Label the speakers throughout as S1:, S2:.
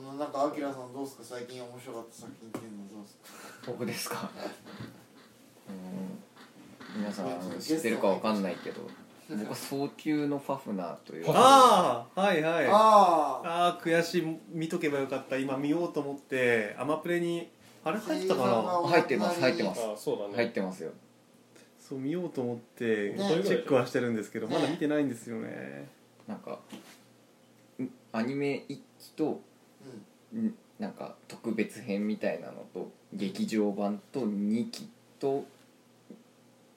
S1: のなんかアキラさんどうですか最近面白かった作品っていうのはどうですか
S2: 僕ですかうーん皆さん
S1: ね
S2: 知ってるかわかんないけど僕は早急のファフナーという
S3: ああはいはいあ
S1: あ
S3: あー悔しい見とけばよかった今見ようと思ってアマプレにあれ
S1: あ
S3: 入ってたかな
S2: 入ってます入ってます
S4: あそうだ
S2: 入っ
S4: ね
S2: てますよ
S3: そう見ようと思って
S1: ね
S3: チェックはしてるんですけど
S1: ね
S3: まだ見てないんですよね
S2: なんかうアニメ1期と
S1: うん
S2: んなんか特別編みたいなのと劇場版と2期と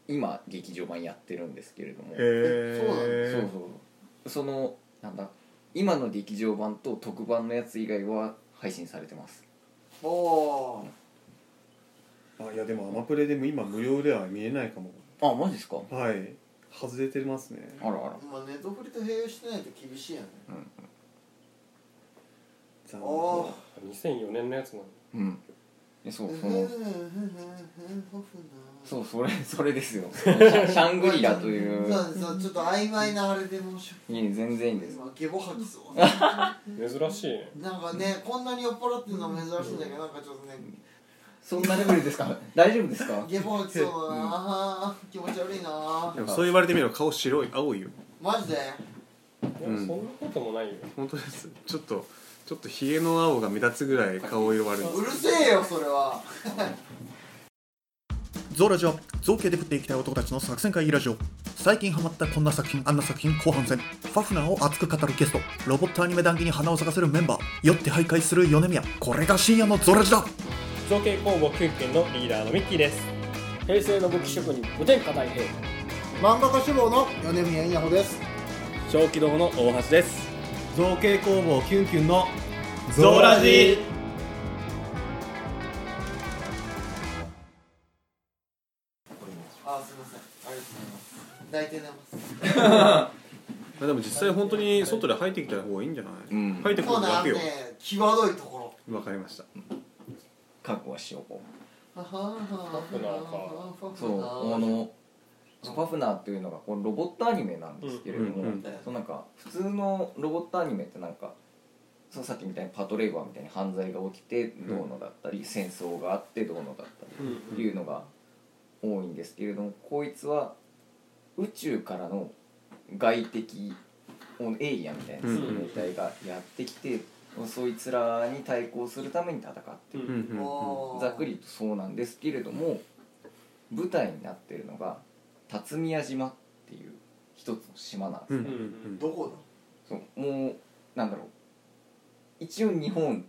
S2: 今劇場版やってるんですけれども
S3: へ
S2: そう
S1: え
S2: そう
S3: え
S2: そうそのなんだ今の劇場版と特番のやつ以外は配信されてます
S1: おお
S3: そうあいやでもアマプレでも今無料では見えないかも
S2: あマジですか
S3: はい外れてますね
S2: あらあら
S1: ー今ネットフリと併用してないと厳しいよね
S3: 残
S1: あ
S3: 念
S1: あ
S4: 2004年のやつなの
S2: うんえそう
S1: うん
S2: そ
S1: うんうん
S2: の
S1: うんうんホフナー
S2: そうそれそれ ですよシャシャングリラという
S1: そうなんですよちょっと曖昧なあれで申し
S2: いい全然いいんです
S1: 訳ない今ゲボ吐きそう
S4: 珍しいね
S1: なんかねこんなに酔っ払ってるの珍しいんだけどなんかちょっとね
S2: そんなレベルです か大丈夫ですか
S1: ゲボ吐きそうだなあー気持ち悪いなあ
S3: でもそう言われてみれば顔白い青いよ
S1: マジで
S4: いや、
S3: うん
S4: そんなこともないよ
S3: 本当ですちょっとちょっとヒゲの青が目立つぐらい顔色悪いんです
S1: うるせえよそれは
S5: ゾウラジは造形で振っていきたい男たちの作戦会議ラジオ最近ハマったこんな作品あんな作品後半戦ファフナーを熱く語るゲストロボットアニメ談義に花を咲かせるメンバー酔って徘徊する米宮これが深夜のゾウラジだ
S4: 造形工房キュンキュンのリーダーのミッキーです
S6: 平成の武器職人無天下太平
S7: 漫画家志望の米宮稲穂です
S6: 小気道の大橋です
S3: 造形工房キュンキュンの
S4: ゾーラジー
S1: あーすいませんありがとうございます抱いて寝ます
S3: まあでも実際本当に外で入ってきた方がいいんじゃない、
S2: うん
S3: 入ってく
S1: そ
S3: る
S1: うね
S3: だ
S1: あ
S3: け
S1: の
S3: よ
S1: ね際どいとこ
S3: わかりました
S2: 覚悟はしよう
S1: ろははは
S4: フナーか
S1: ファ
S2: そ
S1: フ
S2: う
S1: ナー
S2: あのそうパフナーというのがこうロボットアニメなんですけれども、
S3: うんうんうん
S2: そうなんか普通のロボットアニメってなんかそうさっきみたいにパトレーバーみたいに犯罪が起きてどうのだったり、戦争があってどうのだったりっていうのが多いんですけれどもこいつは宇宙からの外敵エイリアンみたいな
S3: うん
S4: うん
S2: 生態がやってきて、そいつらに対抗するために戦って
S4: う
S3: うん
S4: ん、
S1: おー
S2: ざっくりとそうなんですけれども舞台になってるのが辰宮島っていう一つの島なんです、
S3: うんうん
S1: どこ
S2: そうもうなんだろう一応日本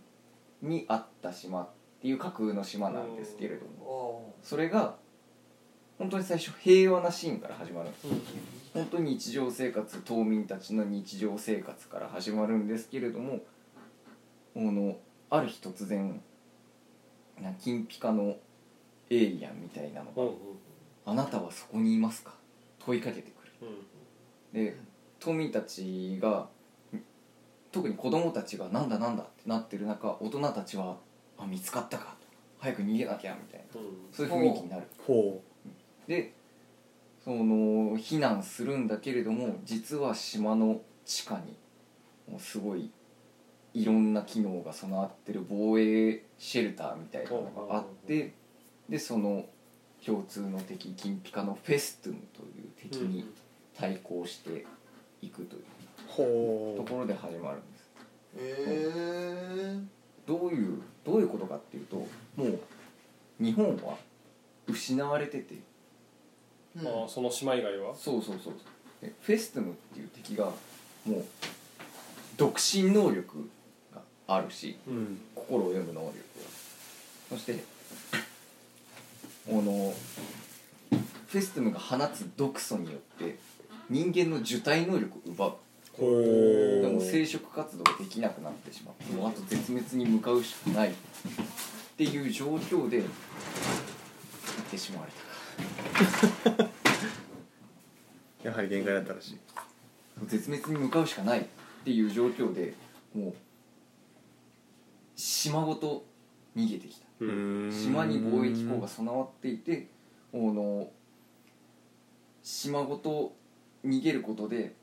S2: にあった島っていう架空の島なんですけれど
S1: だ
S2: も
S1: お
S2: それが本当に最初平和なシーンから始まるんです
S4: うん
S2: 本当に日常生活島民たちの日常生活から始まるんですけれどもあのある日突然な金ピカのエイリアンみたいなのが
S4: うんうん
S2: 「あなたはそこにいますか?」問いかけてくるで島民たちが特に子供たちが「なんだなんだ」ってなってる中大人たちは「あ見つかったか」早く逃げなきゃみたいな
S4: うんうん
S2: そういう雰囲気になる
S3: ほ
S2: でその避難するんだけれども実は島の地下にもうすごいいろんな機能が備わってる防衛シェルターみたいなのがあってでその共通の敵金ピカのフェストゥンという敵
S4: うん
S2: に対抗していくという
S3: うほ
S2: ところで始まるんです。
S1: ーえ
S2: どういうどういうことかっていうともう日本は失われてて
S1: え
S4: あーその島以外は
S2: そうそうそうでフェストゥムっていう敵がもう独身能力があるし
S3: ううん
S2: 心を読む能力がそしてあのフェストゥムが放つ毒素によって人間の受体能力を奪う
S3: ほ
S2: でも
S3: う
S2: 生殖活動ができなくなってしまってもうあと絶滅に向かうしかないっていう状況で行ってしまわれた
S3: やはり限界だったらしい
S2: 絶滅に向かうしかないっていう状況でもう島ごと逃げてきた
S3: うん
S2: 島に貿易港が備わっていてあの島ごと逃げることで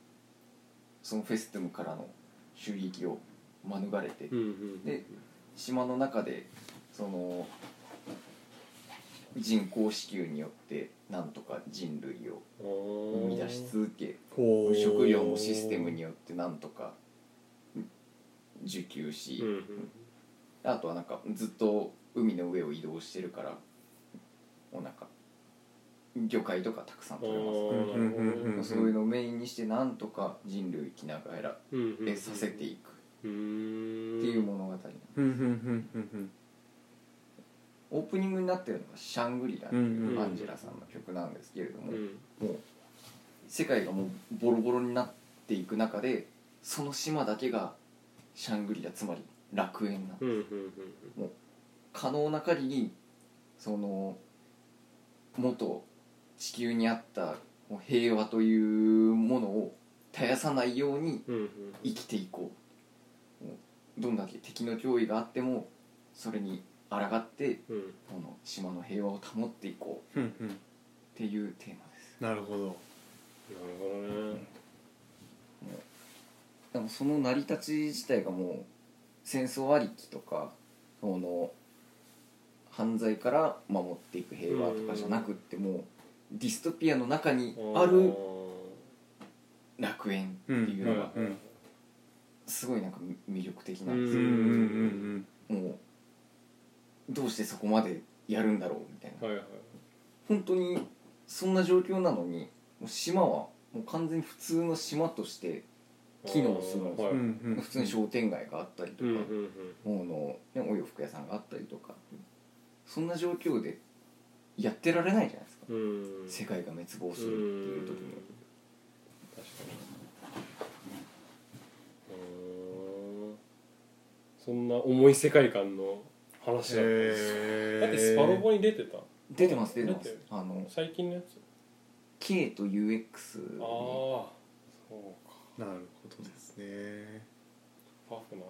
S2: そのフェスティムからの襲撃を免れて
S4: うんうん
S2: で島の中でその人工支給によってなんとか人類を生み出し続け
S5: ほう
S2: 食料もシステムによってなんとか受給し、
S4: うんうん
S2: あとはなんかずっと海の上を移動してるからもうなんか魚介とかたくさん取れます、
S4: うんうんうん
S2: そういうのをメインにしてなんとか人類生きながら
S4: うんうん
S2: えさせていく
S4: うーん
S2: っていう物語、
S5: うんうんうんうん
S2: オープニングになってるのが「シャングリラ」って
S5: うん
S4: う
S2: い
S4: ん
S2: うアンジェラさんの曲なんですけれども、
S4: うん
S2: もう世界がもうボロボロになっていく中でその島だけがシャングリラつまり楽園な
S4: うんうん
S2: 可能な限りその元地球にあったもう平和というものを絶やさないように
S4: うんうん
S2: 生きていこうもうどんだけ敵の脅威があってもそれに抗って
S4: うんうん
S2: この島の平和を保っていこう
S5: うんうん
S2: っていうテーマです
S5: なるほど
S4: なるほどね
S2: でもその成り立ち自体がもう戦争ありきとかその犯罪から守っていく平和とかじゃなくってもうディストピアの中にある楽園っていうのが
S5: うんうん
S2: すごいなんか魅力的な
S4: うん
S2: です
S5: うん
S2: よ
S5: うんうん
S2: もうどうしてそこまでやるんだろうみたいな
S4: はいはい
S2: 本当にそんな状況なのにもう島はもう完全に普通の島として機能するんですよ
S5: うんう
S4: はい
S5: んうん
S2: 普通に商店街があったりと
S4: うん
S2: か
S4: うんうん
S2: もうあの、ね、お洋服屋さんがあったりとかそんな状況でやってられないじゃないですか
S4: うん
S2: 世界が滅亡するっていう時に
S4: 確かにうんそんな重い世界観の話だったんですだってスパロボに出てた
S2: 出てます出てま
S4: 出
S2: す
S4: てる
S2: あの
S4: 最近のやつ
S2: K と UX
S4: あ
S2: に
S4: あそうか
S5: なるほどですね
S4: ファフナーね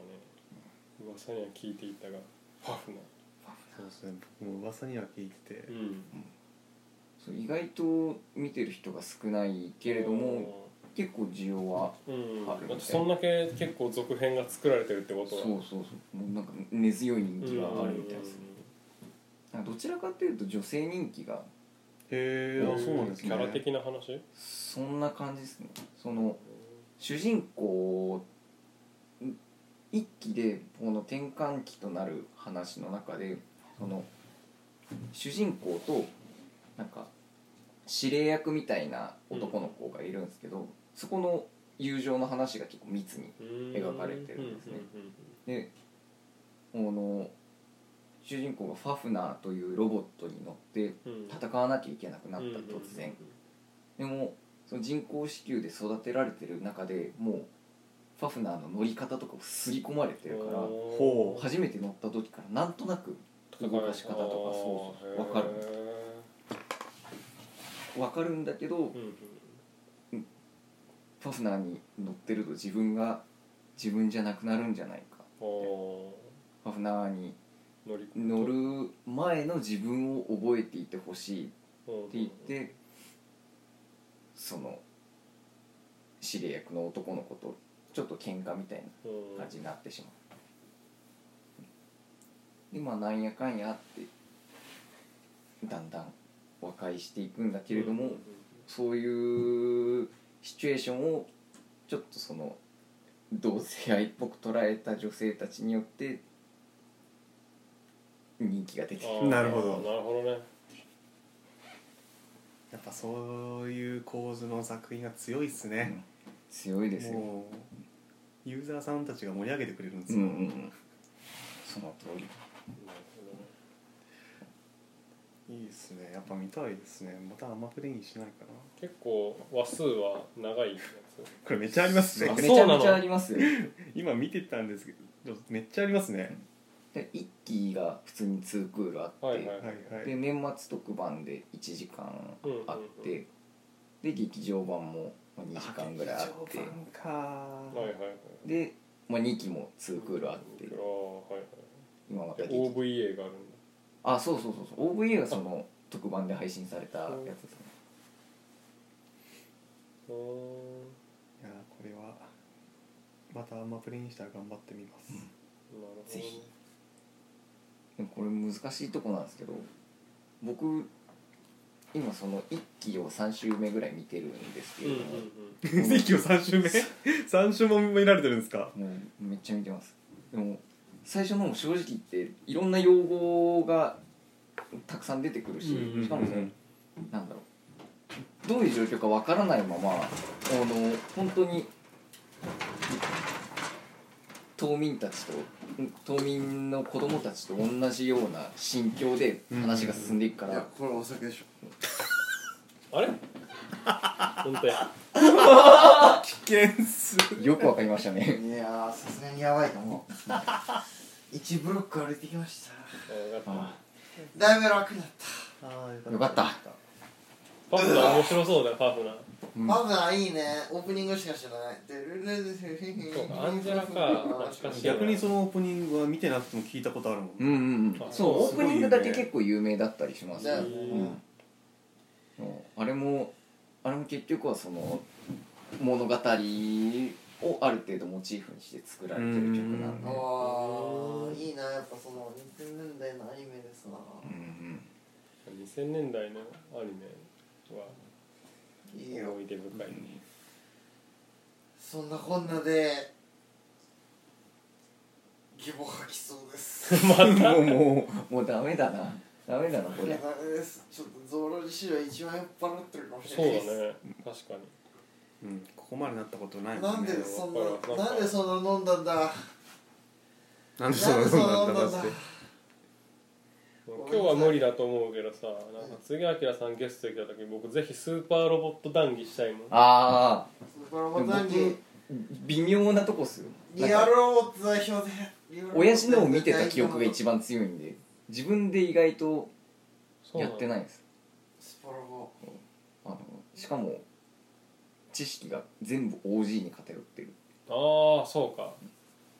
S4: 噂には聞いていたがファフナー
S5: そうですね僕も噂には聞いてて
S4: うん
S2: そう意外と見てる人が少ないけれども結構需要は
S4: うん
S2: あるみ
S4: だ
S2: たい
S4: ってそんだけ結構続編が作られてるってこ
S2: そ
S4: と
S2: う
S4: は
S2: そうそうもうなんか根強い人
S4: うん
S2: 気があるみたいですねなんかどちらかというと女性人気が
S5: へえあそうなんですね
S4: キャラ的な話
S2: そんな感じですねその主人公一期でこの転換期となる話の中でその主人公となんか指令役みたいな男の子がいるんですけど、そこの友情の話が結構密に
S4: 描
S2: かれてるんですねでこの主人公がファフナーというロボットに乗って戦わなきゃいけなくなった突然、でもその人工支給で育てられてる中でもうファフナーの乗り方とかを刷り込まれてるから
S5: ほ
S2: 初めて乗った時からなんとなく動かし方とかそうそう分かる分かるんだけどファフナーに乗ってると自分が自分じゃなくなるんじゃないかファフナーに
S4: 乗り
S2: 乗る前の自分を覚えていてほしいって
S4: って
S2: 言ってその指令役の男の子とちょっと喧嘩みたいな感じになってしまうでまあなんやかんやあってだんだん和解していくんだけれども、そういうシチュエーションをちょっとその同性愛っぽく捉えた女性たちによって人気が出てくる
S5: なるほど
S4: なるほどね
S5: やっぱそういう構図の作品が強いっすね
S2: 強いですよ、
S5: もうユーザーさんたちが盛り上げてくれるんです
S2: うんう
S5: よ
S2: んうんその通り
S5: いいですねやっぱ見たいですねまたアマプレにしないかな
S4: 結構話数は長いや
S5: これめっちゃありますね
S4: あ
S2: め
S4: そう
S2: ちゃ
S4: なの
S2: めちゃありますよ
S5: 今見てたんですけどめっちゃありますね
S2: で1期が普通に2クールあって、
S4: つはいはい
S5: はいはい
S2: で年末特番で1時間あって、
S4: うんうんう
S2: で劇場版も2時間ぐらいあって
S5: 劇場版か
S4: はいはいはい
S2: で、まあ、2期も2クールあって
S4: ああはい
S2: 今また
S4: はい
S2: 劇
S4: OVA があるんだ
S2: あそうそうそうそう OVA がその特番で配信されたやつですね
S4: うーん
S5: いやこれは
S3: またアマプレにしたら頑張ってみます、
S4: なるほど
S2: ぜひでもこれ難しいとこなんですけど僕今その1期を3週目ぐらい見てるんですけ
S4: うん
S2: れ
S4: うん
S2: ども、
S3: ぜひ今日3週目 3週も見られてるんですか
S2: もうめっちゃ見てますでも最初のも正直言っていろんな用語がたくさん出てくるし、
S4: うんうんうん
S2: しかもそのなんだろうどういう状況かわからないままあの本当に島民たちと島民の子供たちと同じような心境で話が進んでいくか
S1: い
S2: ら、
S1: やこれお酒でしょ
S4: うんあれ本当や
S3: 危険っす
S2: よくわかりましたね
S1: いやーさすがにやばいと思う一ブロック歩いてきました
S4: あよかった
S2: あ
S1: だいぶ楽になった
S3: ああよ
S2: あよかった
S4: パフナー面白そうだよパフナー
S2: うん
S1: パブナーいいねオープニングしか知らないでルルルルル
S4: そうかアンジェラか懐かしい
S3: 逆にそのオープニングは見てなくても聞いたことあるもん、
S2: うんうんうん
S4: あ
S2: そうオ
S3: す
S2: ープ
S3: ごい有名
S2: ニングだけ結構有名だったりします
S1: だよ
S2: ね
S1: ね
S2: うんあれもあれも結局はその物語をある程度モチーフにして作られてる曲なん
S1: あ
S2: でうん
S1: あいいなやっぱその2000年代のアニメですな
S2: うん
S4: 2000年代のアニメはい
S1: いよ
S4: 思い出深いね
S1: そんなこんなで義母吐きそうです
S2: もうもうもうダメだなダメだなこ
S1: いや
S2: れ
S1: ダメですちょっとゾウロジシロ一番酔っ払ってるかもし
S4: そ
S1: れ
S4: う
S1: な
S4: だ
S1: いです
S4: ね確かに
S3: うん、ここまでなったことない
S1: なんで
S3: そ
S1: そん
S4: わかるわか
S1: な
S4: る
S1: なんでそんな飲んだんだ
S3: なんでそ
S1: なんん
S3: な
S1: で
S3: こ
S1: そん
S3: と
S1: な
S3: に
S1: 飲ん
S3: な
S1: だん
S3: った
S1: だ
S3: んだって
S4: 今日は無理だと思うけどさなんか次あきらさんゲストで来た時僕ぜひスーパーロボット談義したいもん
S2: ああ
S1: これまたに
S2: 微妙なとこっすよ
S1: リアルロー代表で
S2: 親父のを見てた記憶が一番強いんで自分で意外とやってないいんです
S1: スパロボ
S2: あのしかも知識が全部 OG に偏ってる
S4: ああそうか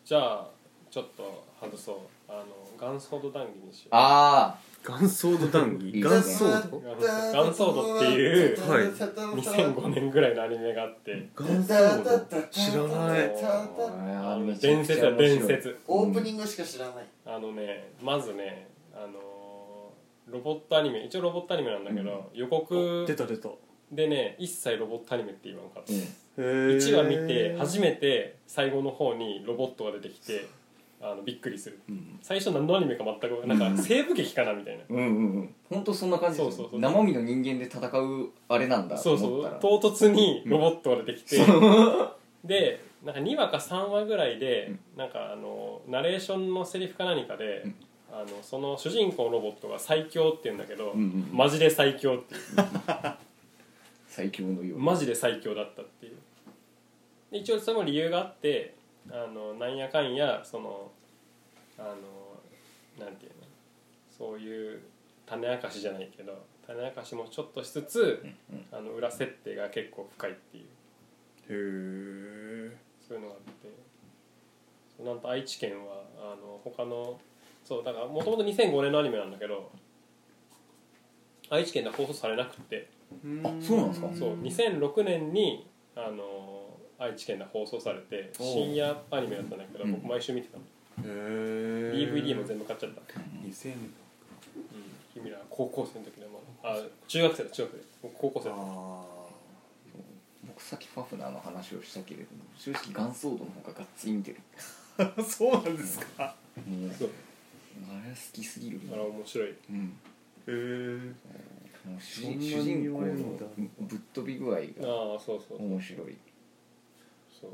S4: じゃあちょっと外そうあの元祖と談義にしよう
S2: ああ
S3: 元祖度談義
S2: いいね
S3: 元祖度
S4: ガンソードっていう
S3: はい
S4: 2005年ぐらいのアニメがあって
S3: 元祖度知らない
S4: あのね伝説だ伝説
S1: オープニングしか知らない
S4: あのねまずねあのーロボットアニメ一応ロボットアニメなんだけど、予告
S3: 出た出た
S4: でね一切ロボットアニメって言わんかった、
S3: 1
S4: 1話見て初めて最後の方にロボットが出てきてあのびっくりする
S2: うん
S4: 最初何のアニメか全くなんか西部劇かなみたいな
S2: うんうんうん本当そんな感じですよ
S4: そうそうそう
S2: 生身の人間で戦うあれなんだと
S4: そうそ
S2: 思った
S4: う
S2: ら
S4: 唐突にロボットが出てきて、でなんか2話か3話ぐらいで、なんかあのナレーションのセリフか何かで、
S2: うん
S4: あのその主人公のロボットが最強って言うんだけど、
S2: うんうん
S4: マジで最強っていう
S2: 最強のよう
S4: マジで最強だったっていうで一応その理由があってあのなんやかんやそのあのなんていうのそういう種明かしじゃないけど種明かしもちょっとしつつ、あの裏設定が結構深いっていう
S3: へえ
S4: そういうのがあってそうなんと愛知県はあの他のそうだからもともと2005年のアニメなんだけど愛知県では放送されなくって
S2: あそうなんですか
S4: そう2006年にあの愛知県で放送されて
S2: おう
S4: 深夜アニメだったんだけど
S2: うん
S4: 僕毎週見てたの、
S3: へえ
S4: DVD も全部買っちゃった、
S3: 2000
S4: 君らは高校生の時でもあ中学生だ中学生僕高校生だ
S3: あ
S2: 僕さっきファフナーの話をしたけれども正直ガンソードの方ががっつり見てる
S3: あそうなんですか
S2: もう
S4: そう
S2: あれは好きすぎる
S4: あれ面白い
S2: うん
S3: へえ
S2: もう主
S3: そん
S2: 人
S3: なに
S2: 主人
S3: 言わ
S2: 公
S3: れるんだ
S2: のぶっ飛び具合
S4: ああ
S2: が
S4: そうそう
S2: 面白い
S4: そう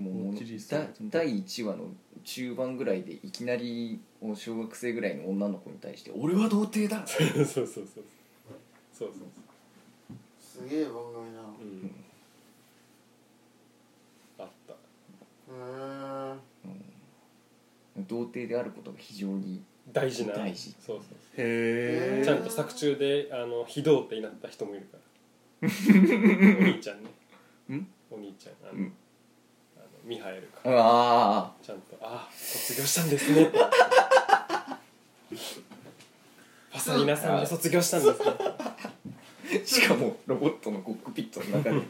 S2: もう
S3: もっちりした
S2: だ第1話の中盤ぐらいでいきなり小学生ぐらいの女の子に対して「俺は童貞だ!」
S4: そうそうそうそうそうそう
S1: すげえ番組な
S4: そううんあった
S1: うーん
S2: 童貞であることが非常に
S4: 大事な
S2: 大事
S4: そうそう
S3: へ
S4: ちゃんと作中であの非童貞になった人もいるか らお兄ちゃんね
S2: ん
S4: お兄ちゃんあの,、
S2: うん
S4: あのミハエルから
S2: ああ
S4: ちゃんと「ああ卒業したんですね」パサリナさんが卒業したんですね
S2: しかもロボットのコックピットの中で
S1: う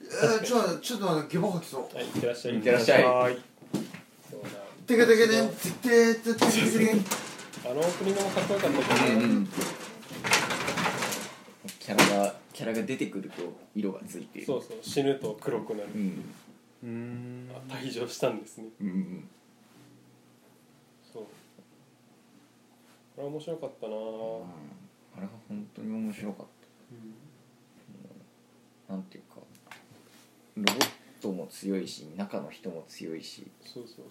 S7: えーちょっと待ってちょっと待ってゲボ吐きそう
S4: はい、いってらっしゃい。
S2: いってらっしゃい
S3: はい
S4: そうだ
S7: てけてけてんてけてけてけてん
S4: あのオープニングもかっこよかったけど、
S2: うんキャラがキャラが出てくると色がついて
S4: そうそう、死ぬと黒くなる。
S2: うん
S3: うーん
S4: あ退場したんですね。
S2: うん
S4: そう。これ面白かったな
S2: うん
S4: ぁ。
S2: あれが本当に面白かっ
S4: うん
S2: たなんていうかロボットも強いし中の人も強いし
S4: そうそうそう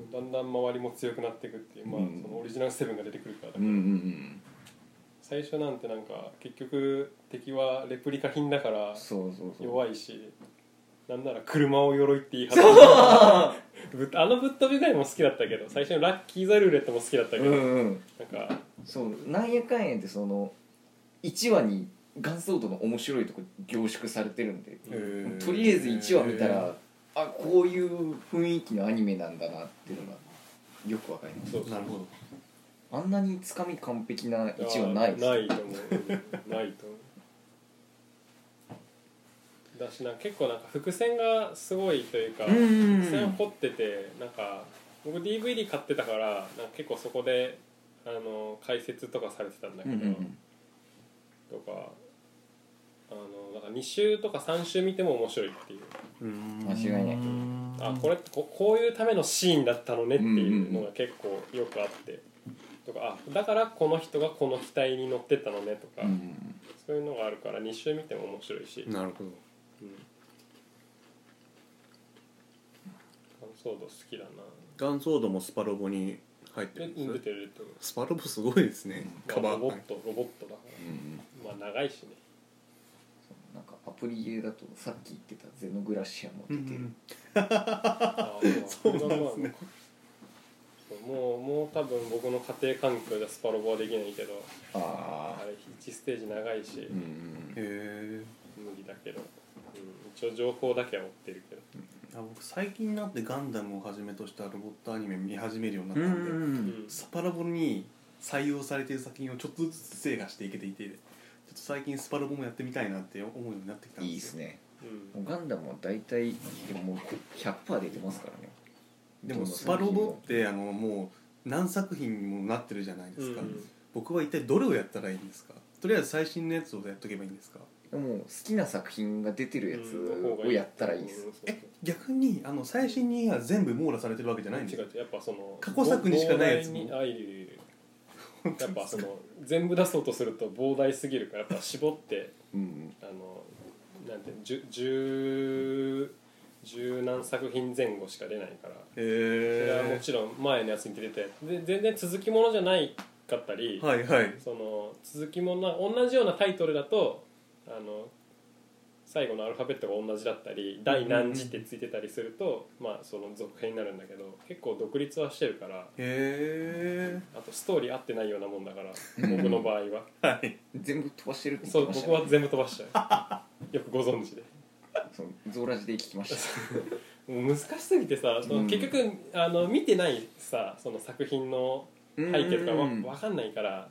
S4: そううんだんだん周りも強くなっていくっていう、まあ、
S2: うん
S4: そのオリジナルセブンが出てくるからだけ
S2: う
S4: ど、
S2: んうん
S4: 最初なんてなんか結局敵はレプリカ品だか
S2: う
S4: ら
S2: んそうそうそう
S4: 弱いしなんなら車を鎧って言い張ってぶっあのぶっ飛び具合も好きだったけど最初のラッキーザルーレットも好きだったけど、
S2: うん
S4: なん
S2: うん
S4: か
S2: そうなんやかんやでその1話に元祖度の面白いとこ凝縮されてるんでとりあえず1話見たらあこういう雰囲気のアニメなんだなっていうのがよくわかります
S4: そう
S3: なるほど
S2: あんなにつかみ完璧な
S4: あー
S2: 1話ないです
S4: ないと思うないと思うだしな結構なんか伏線がすごいというか、
S2: うんうん
S4: 伏線を掘っててなんか僕 DVD 買ってたからなんか結構そこであの解説とかされてたんだけ
S2: うん
S4: ど、
S2: うん
S4: とかあのなんか2週とか3週見ても面白いっていう
S3: うーん
S2: 間違いない
S4: あこれってここういうためのシーンだったのねっていうのが結構よくあってとかあだからこの人がこの機体に乗ってたのねとか、
S2: うんうん
S4: そういうのがあるから2週見ても面白いし、うん、
S3: なるほど
S4: 感想度好きだな
S3: 元祖度もスパロボに入って
S4: で
S3: るん
S4: 出
S3: です
S4: てると
S3: スパロボすごいですねカ
S4: まあロ
S3: バ
S4: ボ
S3: ー
S4: ットロボットだか
S2: うんうん
S4: らまあ長いしね
S2: なんかアプリゲーだとさっき言ってたゼノグラシアも出てる
S4: あーそうなんですねもうもう多分僕の家庭環境ではスパロボはできないけど
S2: あ
S4: あ
S2: あ
S4: れ1ステージ長いし、
S2: うんうん
S3: へえ
S4: 無理だけど、うん、一応情報だけは追ってるけど
S3: いや僕最近になってガンダムをはじめとしたロボットアニメ見始めるようになったんで、
S4: うん
S3: スパラボに採用されている作品をちょっとずつ制覇していけていてちょっと最近スパラボもやってみたいなって思うようになってきたんですよ
S2: いいですね
S4: うん
S2: もうガンダムは大体でももう100%出てますからね
S3: でもスパロボってあのもう何作品にもなってるじゃないですか、
S4: うん
S3: 僕は一体どれをやったらいいんですかとりあえず最新のやつをやっとけばいいんですか
S2: でも好きな作品が出てるやつをやったらいいです、
S4: え
S3: え逆にあの最新には全部網羅されてるわけじゃないんです
S4: 違
S3: か
S4: う違うやっぱその
S3: 過去作にしかないやつも
S4: 膨大にあいるいるいるやっぱそ の全部出そうとすると膨大すぎるからやっぱ絞って
S2: うん
S4: あのなんて十十十何作品前後しか出ないからそれはも
S3: へ
S4: ちろん前のやつに出ててで全然続きものじゃないかったり、
S3: えはいはい
S4: その続きもな同じようなタイトルだとあの最後のアルファベットが同じだったり「第何次」ってついてたりすると、まあその続編になるんだけど結構独立はしてるから
S3: へ
S4: あとストーリー合ってないようなもんだから僕の場合は
S3: えはい
S2: 全部飛ばしてるって
S4: そ
S2: 言っ
S4: う
S2: てました
S4: 僕は全部飛ばしちゃうよくご存知で
S2: そうゾーラジで聞き ました
S4: もう難しすぎてさその
S2: うん
S4: 結局あの見てないさその作品の
S2: 背
S4: 背景とかわ
S2: うん
S4: 分かんないから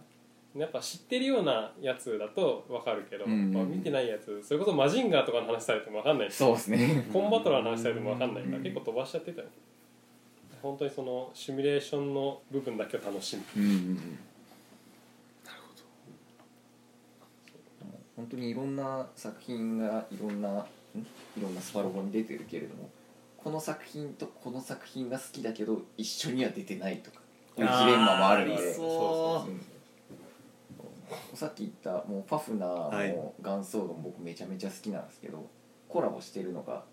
S4: やっぱ知ってるようなやつだと分かるけど、
S2: うん
S4: まあ、見てないやつそれこそマジンガーとかの話されても分かんないし
S2: そうですね
S4: コンバトラーの話されても分かんないから
S2: うん
S4: 結構飛ばしちゃってたよ本当にそのシミュレーションの部分だけを楽しむ
S2: うんうんうんなるほど本当にいろんな作品がいろんなんいろんなスパロボに出てるけれどもこの作品とこの作品が好きだけど一緒には出てないとかこういうジレンマもあるので
S3: そう
S2: うんさっき言ったもうパフナーもガンソードも僕めちゃめちゃ好きなんですけど、コラボしてるのが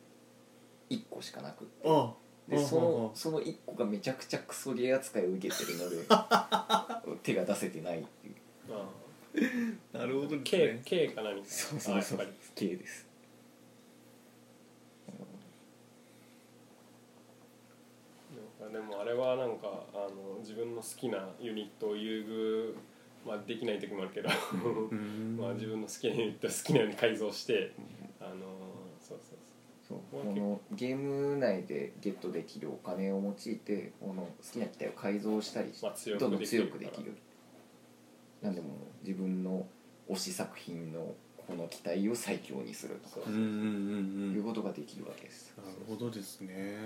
S2: 1個しかなくって
S3: あ
S2: で
S3: うんうんうん
S2: そのその1個がめちゃくちゃクソゲー扱いを受けてる ので手が出せてないっていう
S4: あ
S3: なるほどですね
S4: K, K か何かあやっぱり
S2: 系です
S4: でもあれはなんかあの自分の好きなユニットを優遇、まあ、できない時もあるけど
S3: うーん
S4: まあ自分の好きなユニットを好きなように改造してあのそうそう
S2: そうこのゲーム内でゲットできるお金を用いてこの好きな機体を改造したりして、
S4: まあ強く
S2: どんどん
S4: できる
S2: 強くできるなんでもう自分の推し作品のここの機体を最強にするとか
S3: うんうんうん
S2: い
S3: うん
S2: うことができるわけです
S3: なるほどですね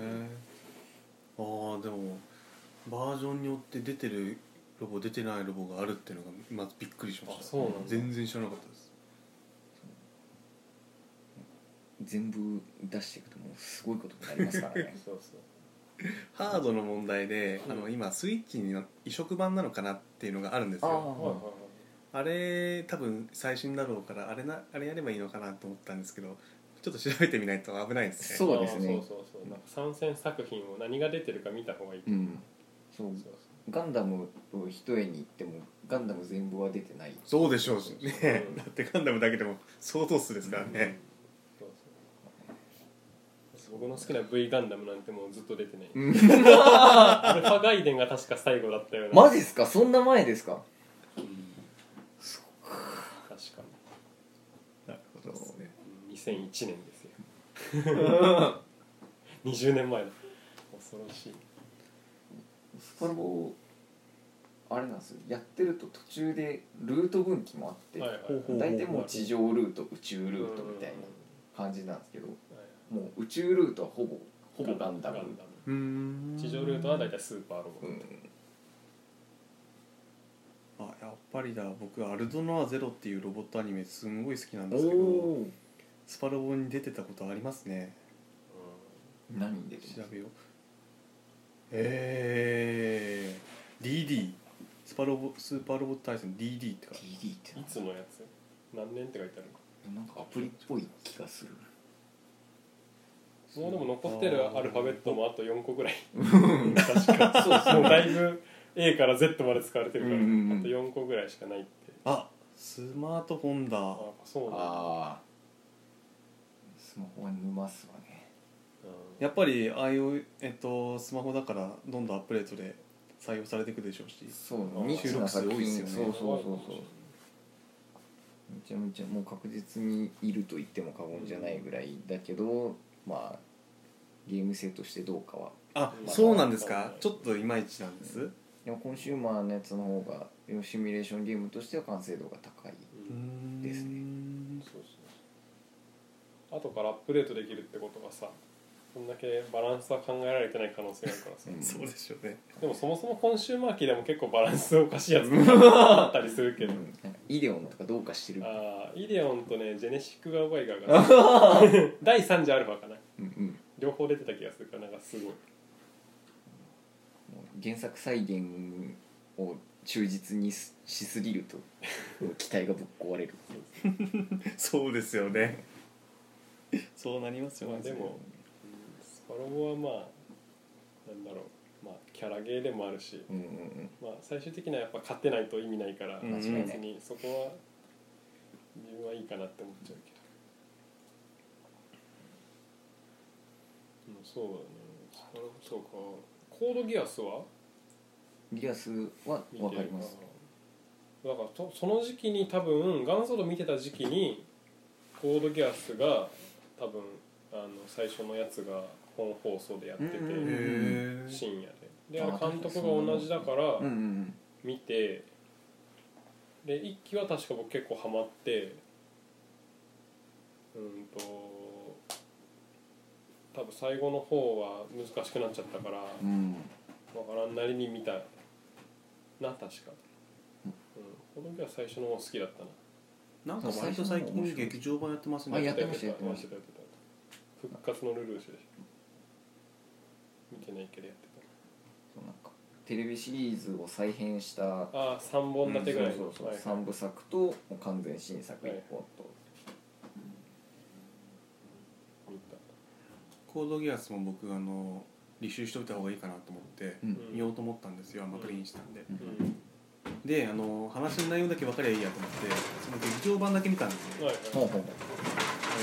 S3: ああでもバージョンによって出てるロボ出てないロボがあるっていうのがまずびっくりしました
S4: あそうなんだ
S3: 全然知らなかったです
S2: 全部出していくともうすごいことになりますから ね
S4: そうそう
S3: ハードの問題で、あの今スイッチに移植版なのかなっていうのがあるんですよ
S4: はいはい
S2: あ
S4: はい
S3: あれ多分最新だろうからあれなあれやればいいのかなと思ったんですけどちょっと調べてみないと危ないですね
S2: そうですね
S4: あーそうそうそうなんか参戦作品を何が出てるか見た方がいい、
S2: うんそう
S4: そう
S2: ガンダムを一重に言ってもガンダム全部は出てない
S3: そうでしょうし
S2: そう
S3: ね
S4: うん
S3: だってガンダムだけでも相当数ですから
S4: そう
S3: ね、
S4: そうそう僕の好きな V ガンダムなんてもうずっと出てない、
S2: うん
S4: アルファガイデンが確か最後だったような
S2: マジですかそんな前ですか
S4: 確か
S3: なるほどですね
S4: に2001年ですよ20年前だ恐ろしい
S2: スパロボあれなんですよやってると途中でルート分岐もあって、
S4: はいはいはい
S3: ほう
S2: 大体もう地上ルート宇宙ルートみたいな感じなんですけどもう宇宙ルートはほぼほぼガンダム
S3: うーん
S4: 地上ルートは大体スーパーロボ
S2: う
S4: ット、
S2: ん
S3: あやっぱりだ僕アルドノアゼロっていうロボットアニメすんごい好きなん
S2: お
S3: ですけど
S2: お
S3: スパロボに出てたことありますね
S2: ー何に出て
S3: 調
S2: る
S3: べようえー、DD スパロボスーパーロボット対戦 DD って書いてある
S2: DD って
S4: うんいつのやつ何年って書いてある
S2: なんかアプリっぽい気がする
S4: もうでも残ってるアルファベットもあと4個 ぐらい
S2: 確かそうそ
S4: も
S2: う
S4: うだいぶ A から Z まで使われてるから、
S2: うんうんうん
S4: あと4個ぐらいしかないって
S3: あスマートフォンだ
S4: あそうなんだ
S2: ああスマホは沼っすわね
S3: やっぱり IO、えっと、スマホだからどんどんアップデートで採用されていくでしょうし
S2: そうニッチな作品
S3: 収録数
S2: そそ
S3: 多いうっ
S2: うそうそうめちゃめちゃもう確実にいると言っても過言じゃないぐらいだけどまあゲーム性としてどうかは
S3: あ
S4: うん
S3: そうなんですかちょっといまいちなんですう
S2: でもコンシューマーのやつの方がシミュレーションゲームとしては完成度が高い
S4: うん
S3: ーん
S2: ですね
S4: そうそうそう後からアップデートできるってことがさこんだけバランスは考えられてない可能性があるからさ、
S2: うん
S3: そうでしょうね
S4: でもそもそもコンシューマー機でも結構バランスおかし いやつとかあったりするけ
S2: う
S4: ど
S2: んなんかイデオンとかどうかしてる
S4: あーイデオンとねジェネシックがうまいがが 第3次アルファかな
S2: うんうん
S4: 両方出てた気がするからなんかすごい
S2: もう原作再現を忠実にししすぎる と機体がぶっ壊れる
S3: そうですよねそうなりますよ
S4: ま
S3: ね
S4: あでもスパロボはまあなんだろうまあキャラゲーでもあるし、
S2: うんうんうん
S4: まあ、最終的にはやっぱ勝てないと意味ないから、
S3: うん
S4: 別にそこは自分はいいかなって思っちゃうけど、うん、そうだねスパロボそうかコードギアスは
S2: ギアスは
S4: 見
S2: わ
S4: て
S2: か
S4: る
S2: ります
S4: なだからそその時期に多分元祖度見てた時期にコードギアスが多分あの最初のやつが本放送でやってて、
S2: うんうんうん
S3: へえ
S4: 深夜でであ
S2: あ
S4: れ
S2: ー
S4: 監督が同じだから
S2: うんうんうん
S4: 見てで一期は確か僕結構ハマってうんと多分最後の方は難しくなっちゃったから
S2: うん
S4: わからんなりに見たな確か、うん、この時は最初の方好きだったな
S3: なん
S2: か割と最近劇
S3: 場版やってます
S2: ねあやってま
S4: た
S2: したやってました
S4: やってたやってた復活のルルーシュでしょ見てないけどやって
S2: そうなんかテレビシリーズを再編した
S4: たああ3本立てぐらいの
S2: そうそうそう、
S4: はい
S2: 三部作ともう完全新作一本と、
S4: 見た
S3: コードギアスも僕あの履修しておいた方がいいかなと思って
S2: うん
S3: 見ようと思ったんですよあんまクリーンしたんで
S4: うん
S3: であの話の内容だけ分かりゃいいやと思ってその劇場版だけ見たんですよ
S4: はいはい
S2: ほうほう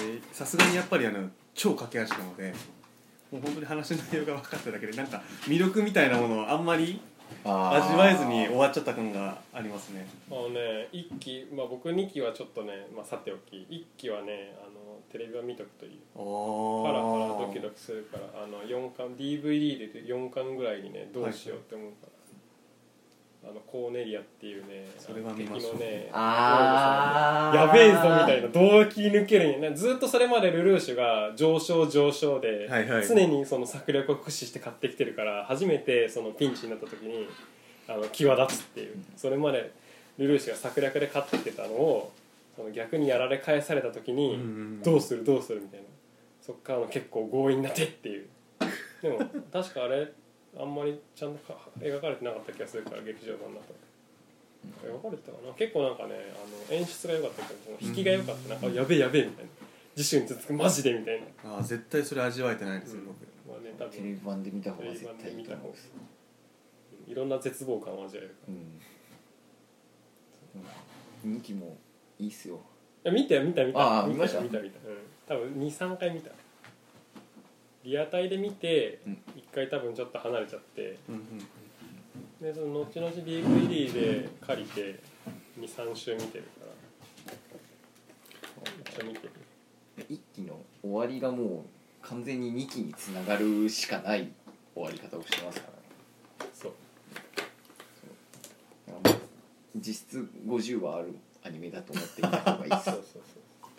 S3: えーさすがにやっぱりあの超駆け足なのでもう本当に話の内容が分かっただけでなんか魅力みたいなものをあんまり味わえずに終わっちゃった感がありますね
S4: あのね一期、まあ、僕2期はちょっとね、まあ、さておき1期はねあのテレビは見とくといい
S3: あ
S4: パラパラド
S3: ー
S4: キドキするからあの4巻 DVD で4巻ぐらいにねどうしようって思うから、あのコーネリアっていうね
S3: それは見まし
S4: 敵
S3: ょう
S4: のね
S2: あー
S4: やべえぞみたいな動機抜けるんやなずっとそれまでルルーシュが上昇上昇で、
S3: はいはい
S4: 常にその策略を駆使して買ってきてるから初めてそのピンチになった時にあの際立つっていうそれまでルルーシュが策略で勝ってきてたのをその逆にやられ返された時に、
S3: うんうん
S4: どうするどうするみたいなそっからの結構強引な手っていうでも確かあれあんまりちゃんとか描かれてなかった気がするから劇場版だと描かれてたかな結構なんかねあの演出が良かったけどその引きが良かったなんかやべえやべえみたいな次週に続くマジでみたいな
S3: あー絶対それ味わえてないですよ、僕
S4: まあね多
S2: テレ
S4: 分
S2: ビ版で見た方が絶対いいと思う
S4: いろんな絶望感を味わえる
S2: うん、2期もいいっすよ
S4: いや見たよ見た見た
S2: あー
S4: 見たよ見
S2: 見
S4: た見た、うん、多分23回見たリアタイで見て
S2: うん
S4: 一回多分ちょっと離れちゃって
S3: うんうん
S4: でその後々 DVD で借りて23週見てるから一応見てる
S2: 1期の終わりがもう完全に2期につながるしかない終わり方をしてますからね
S4: そう
S2: だからもう実質50はあるアニメだと思っていた方がいいっす
S4: そう
S2: よ
S4: そう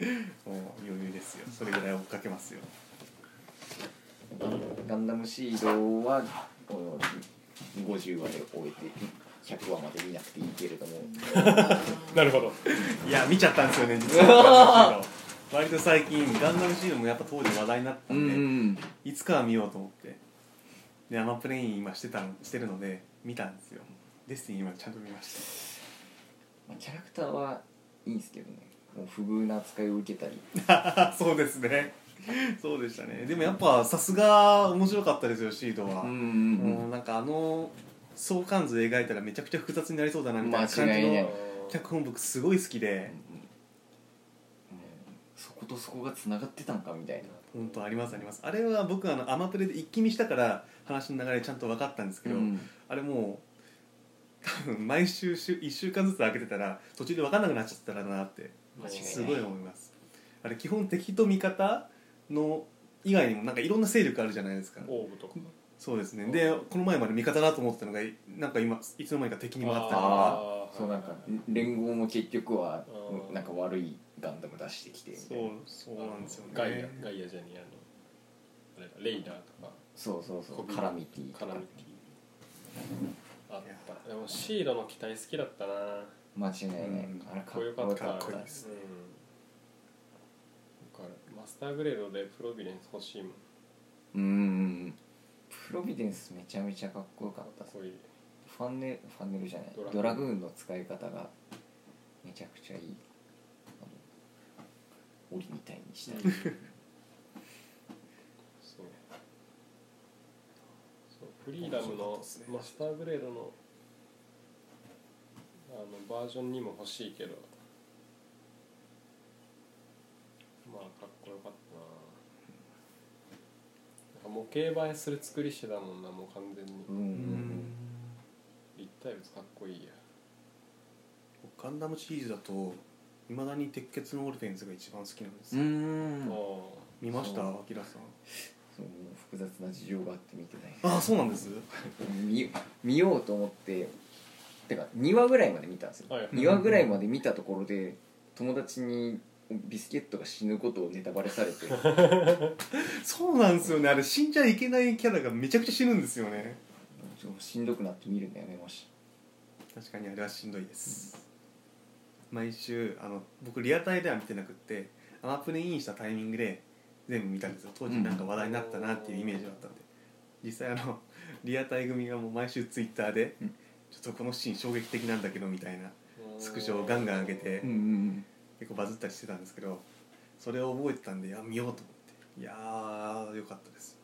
S4: そう
S3: もう余裕ですよそれぐらい追っかけますよ
S2: ガンダムシードはこの50話で終えて100話まで見なくていいけれど も
S4: なるほど
S3: いや見ちゃったんですよね実は 割と最近ガンダムシードもやっぱ当時話題になった
S2: うん
S3: で、
S2: ん
S3: いつかは見ようと思ってでアマプレイン今してたのしてるので見たんですよデスティニー今ちゃんと見まし
S2: まあキャラクターはいいんですけどねもう不遇な扱いを受けたり
S3: たそうですねそうでしたねでもやっぱさすが面白かったですよシードは、もうなんかあの相関図描いたらめちゃくちゃ複雑になりそうだなみたいな感
S2: 間違
S3: じ
S2: いない
S3: の脚本僕すごい好きで
S2: そことそこがつながってたんかみたいな
S3: 本当ありますありますあれは僕あのアマプレで一気見したから話の流れちゃんと分かったんですけど、あれもう多分毎週週1週間ずつ開けてたら途中で分かんなくなっちゃったらなって
S2: 間違いない
S3: すごい思いますあれ基本敵と味方の以外にもなんかいろんな勢力あるじゃないですか
S4: オーブとか
S3: そうですねでこの前まで味方だと思ってたのがいなんか今いつの間にか敵に回ってたりとか
S4: あー
S2: そうなんか連合も結局は
S4: うん
S2: なんか悪いガンダム出してきてみた
S3: そ
S2: いうな
S3: そうなんですよね
S4: ガイアガイアじゃねえあのあれだレイダーとか
S2: そうそうそう
S4: コビ
S2: カラミティ
S4: カラミティあったでもシードの機体好きだったな
S2: 間違いない、
S3: うん
S2: あれ
S4: かっこよかった
S3: かっこいい
S4: うん、
S3: で
S4: わ
S3: す
S4: かるマスターグレードでプロビデンス欲しいもん
S2: うんうんプロビデンスめちゃめちゃかっこよかった
S4: かっこいい
S2: ファンネファンネルじゃない
S4: ドラ
S2: ドラグーンの使い方がめちゃくちゃいいあの檻みたいにしたり
S4: そうそうフリーダムのマスターグレードのあのバージョンにも欲しいけどまあかっこよかったななんか模型映えする作りしてたもんなもう完全に
S2: うんうんうん
S4: 立体物かっこいいや
S3: ガンダムシリーズだといまだに鉄血のオルフェンズが一番好きなんです
S2: う
S3: よ
S2: ん
S4: あ
S3: 見ました
S2: そう
S3: アキラさん
S2: そう複雑な事情があって見てない
S3: ああそうなんです
S2: 見見ようと思っててか2話ぐらいまで見たんですよ、
S4: はい
S2: 2話ぐらいまで見たところで友達にビスケットが死ぬことをネタバレされ て
S3: そうなんですよねあれ死んじゃいけないキャラがめちゃくちゃ死ぬんですよね
S2: ちょっとしんどくなって見るのやめまし
S3: 確かにあれはしんどいです、毎週あの僕リアタイでは見てなくってアマプレインしたタイミングで全部見たんですよ当時なんか話題になったなっていうイメージがあったんで、実際あのリアタイ組がもう毎週ツイッターで、
S2: うん
S3: ちょっとこのシーン衝撃的なんだけどみたいな
S4: あ
S3: スクショをガンガン上げて、
S2: たん
S3: 結構バズったりしてたんですけどそれを覚えてたんでいや見ようと思っていやーよかったです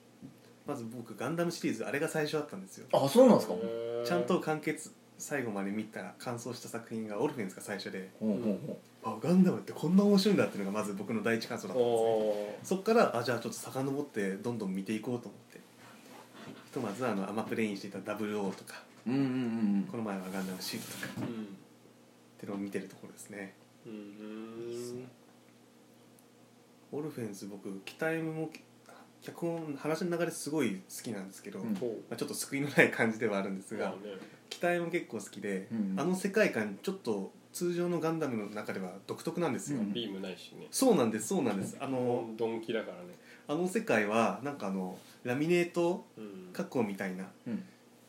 S3: まず僕ガンダムシリーズあれが最初だったんですよ
S2: あそうなんですか
S4: へー
S3: ちゃんと完結最後まで見た完走した作品がオルフェンズが最初で
S2: ほうほうほ
S3: あガンダムってこんな面白いんだっていうのがまず僕の第一感想だったんですね
S4: お
S3: そっからあじゃあちょっと遡ってどんどん見ていこうと思ってひとまずあのアマプレインしていた WO とか
S2: ううんうんうん
S3: この前はガンダムシールとか
S4: ーうん
S3: っていうのを見てるところですね
S4: うん
S3: オルフェンズ僕期待も脚本話の流れすごい好きなんですけど、
S2: うん
S4: ほう
S3: まあ、ちょっと救いのない感じではあるんです
S4: まあ
S3: が
S4: ね
S3: 期機体も結構好きで、
S2: うん
S3: あの世界観ちょっと通常のガンダムの中では独特なんですよ、
S2: うん
S4: ビームないしね
S3: そうなんですそうなんですあの
S4: ドンキだからね
S3: あの世界はなんかあのラミネート
S4: うん
S3: 加工みたいな
S2: うん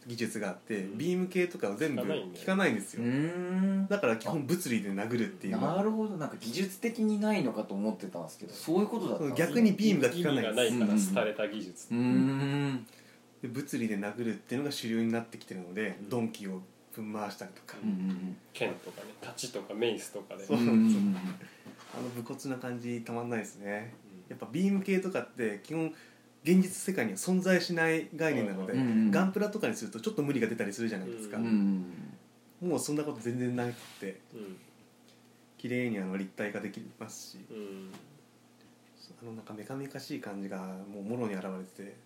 S3: 技術があって、
S4: うん
S3: ビーム系とかは全部
S4: 効かないんだよ
S3: 効かないんです
S2: う
S3: よ、
S2: ん
S3: だから基本物理で殴るっていう
S2: なるほどなんか技術的にないのかと思ってたんですけどそういうことだったんですね
S3: 逆にビームが効
S4: 意味
S3: かない
S4: がないから
S2: うん
S4: 廃れた技術
S2: うーん
S3: で物理で殴るっていうのが主流になってきてるので、ドンキをぶん回したりとか、
S2: うんうん
S4: 剣とかね太刀とかメイスとかで
S3: そう
S2: うんうんうん
S3: あの武骨な感じたまんないですねやっぱビーム系とかって基本現実世界には存在しない概念なので、
S2: うんうん
S3: ガンプラとかにするとちょっと無理が出たりするじゃないですか、
S2: うんうん
S3: もうそんなこと全然なくて
S4: うん
S3: 綺麗にあの立体化できますし
S4: うん
S3: あのなんかメカメカしい感じがもうもろに現れてて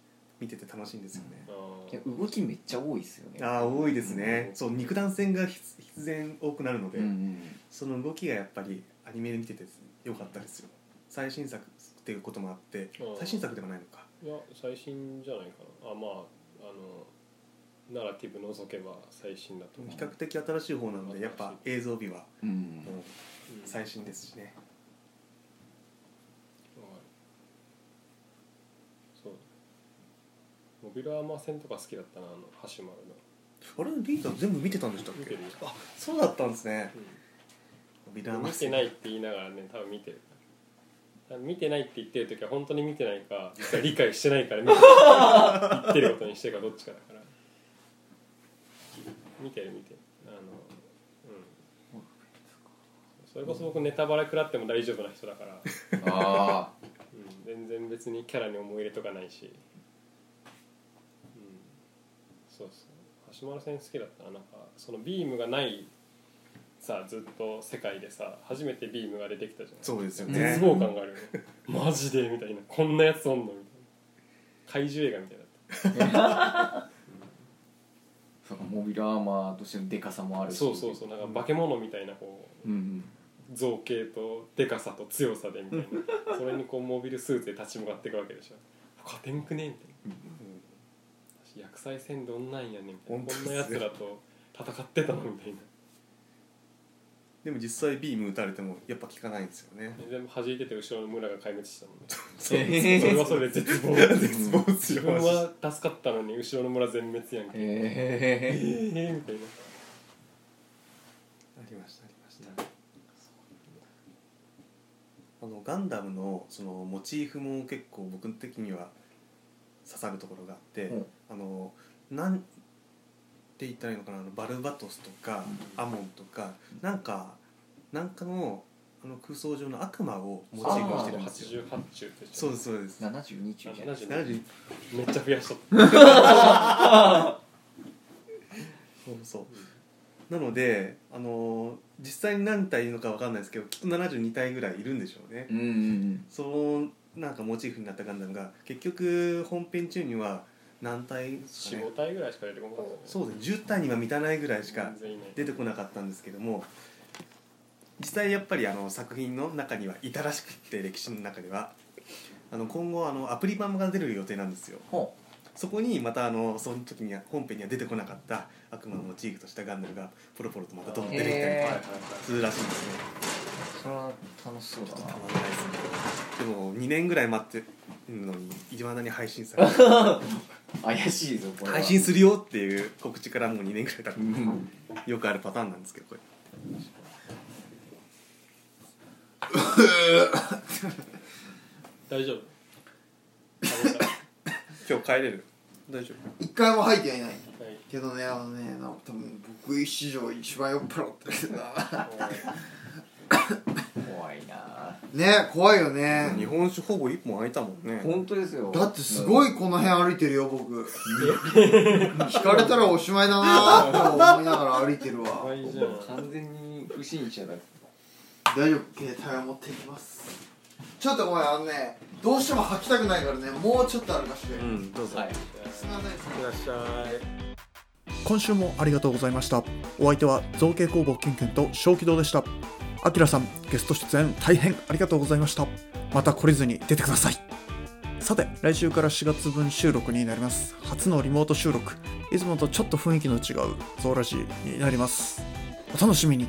S3: 見てて楽しいんですよね、
S4: あ
S2: い
S4: ー
S2: や動きめっちゃ多いですよね
S3: ああ多いですね、そう肉弾戦が必必然多くなるので、
S2: うんうん
S3: その動きがやっぱりアニメで見てて良かったですよ最新作っていうこともあって
S4: うん
S3: 最新作ではないのか
S4: いや最新じゃないかなあまああのナラティブ除けば最新だと思う
S3: 比較的新しい方なのでやっぱ映像美は
S2: うん
S3: もう
S4: うん
S3: 最新ですしね
S4: わかるそうモビルアーマー戦とか好きだったなあの橋丸の
S3: あれリーダー全部見てたんでしたっ
S4: 見
S3: け
S4: てるよ
S3: あそうだったんですね
S4: う
S3: ビラー
S4: ん
S3: マ
S4: 見てないって言いながらね多分見てる多分見てないって言ってる時は本当に見てないか実は理解してないから見てる言ってることにしてるかどっちかだから見てる見てるあのうんそれこそ僕ネタバレ食らっても大丈夫な人だから、
S2: ああ
S4: うん、全然別にキャラに思い入れとかないし、うん、そうそう橋丸戦好きだったななんかそのビームがないさずっと世界でさ初めてビームが出てきたじゃん
S3: そうですよ
S4: 絶
S3: ね
S4: 望感があるよね マジでみたいなこんなやつおんのみたいな怪獣映画みたいだっ
S2: そうかモビルアーマーとしてのデカさもあ
S4: た
S2: るし
S4: そうそうそうなんか化け物みたいなこう
S2: うんうん
S4: 造形とでかさと強さでみたい なそれにこうモビルスーツで立ち向かっていくわけでしょ勝てんくねみたいな私薬剤戦どんなんやねんみたいな
S3: 本当
S4: こ
S3: っす
S4: ん
S3: ね
S4: なやつらと戦ってたのみたいな
S3: でも実際ビーム打たれてもやっぱ効かないんですよね
S4: 全部弾いてて後ろの村が壊滅したもんね
S3: そう
S2: え
S4: そ
S2: ー
S4: れはそれで絶望
S3: 絶望っす
S4: 自
S3: よ
S4: 分は助かったのに後ろの村全滅やんけえ
S2: ええ
S4: ーみたいな
S3: ありましたありましたあのガンダムのそのモチーフも結構僕的には刺さるところがあって、
S2: うん
S3: あのなんて言ったらいいのかなあのバルバトスとか、アモンとかなんかなんかのあの空想上の悪魔をモチーフにしてるんですよ
S4: 88中って
S3: そうですそうです
S2: 72中じゃない
S4: 70
S3: 70
S4: めっちゃ増やしとった
S3: そうそうなのであの実際に何体いるのかわかんないですけどきっと72体ぐらいいるんでしょうね、
S2: うんうん
S3: そのなんかモチーフになったガンダムが結局本編中には何体ですかね
S4: 45体ぐらいしか出てこなかったね
S3: そうです10体には満たないぐらいしか
S4: 全然いない
S3: 出てこなかったんですけども実際やっぱりあの作品の中にはいたらしくって歴史の中ではあの今後あのアプリ版が出る予定なんですよ
S2: ほ
S3: そこにまたあのその時には本編には出てこなかった悪魔をモチーフとしたガンダムがポロポロとまたどんどん出てきたりと
S4: はい
S3: か
S4: はいはい
S3: するらしいんですね
S2: うそれは楽しそうだ
S3: ちょっと
S2: な
S3: たまんないですねでも2年ぐらい待ってるのにいまだに配信されない
S2: 怪しいぞこれは
S3: 配信するよっていう告知からもう2年ぐらい経
S2: う
S3: って
S2: ん
S3: よくあるパターンなんですけどこれ
S4: 大丈夫食べた
S3: 今日帰れる大丈
S7: 一回も吐いてはいない
S4: はい
S7: けどねあのねなんか多分僕史上一番酔っ払ってるな
S2: 怖いな
S7: ね怖いよ
S3: 夫日
S7: ね
S3: 本酒ほぼ1本空いたもんね
S2: 本当ですよ
S7: だってすごいこの辺歩いてるよ僕引かれたらおしまいだなーって思いながら歩いてる
S4: 可
S7: わ
S4: 愛いじゃん
S2: 完全に不審者だ
S7: 大丈夫携帯を持っていきますちょっとごめんあのねどうしても吐きたくないからねもうちょっと歩かしてくれ
S3: うんどうぞ、
S2: はい
S7: すいませんすいません
S3: いらっしゃい
S5: 今週もありがとうございましたお相手は造形工房キュンキュンと小気道でしたあきらさんゲスト出演大変ありがとうございましたまた懲りずに出てくださいさて来週から4月分収録になります初のリモート収録いつもとちょっと雰囲気の違うゾウラジになりますお楽しみに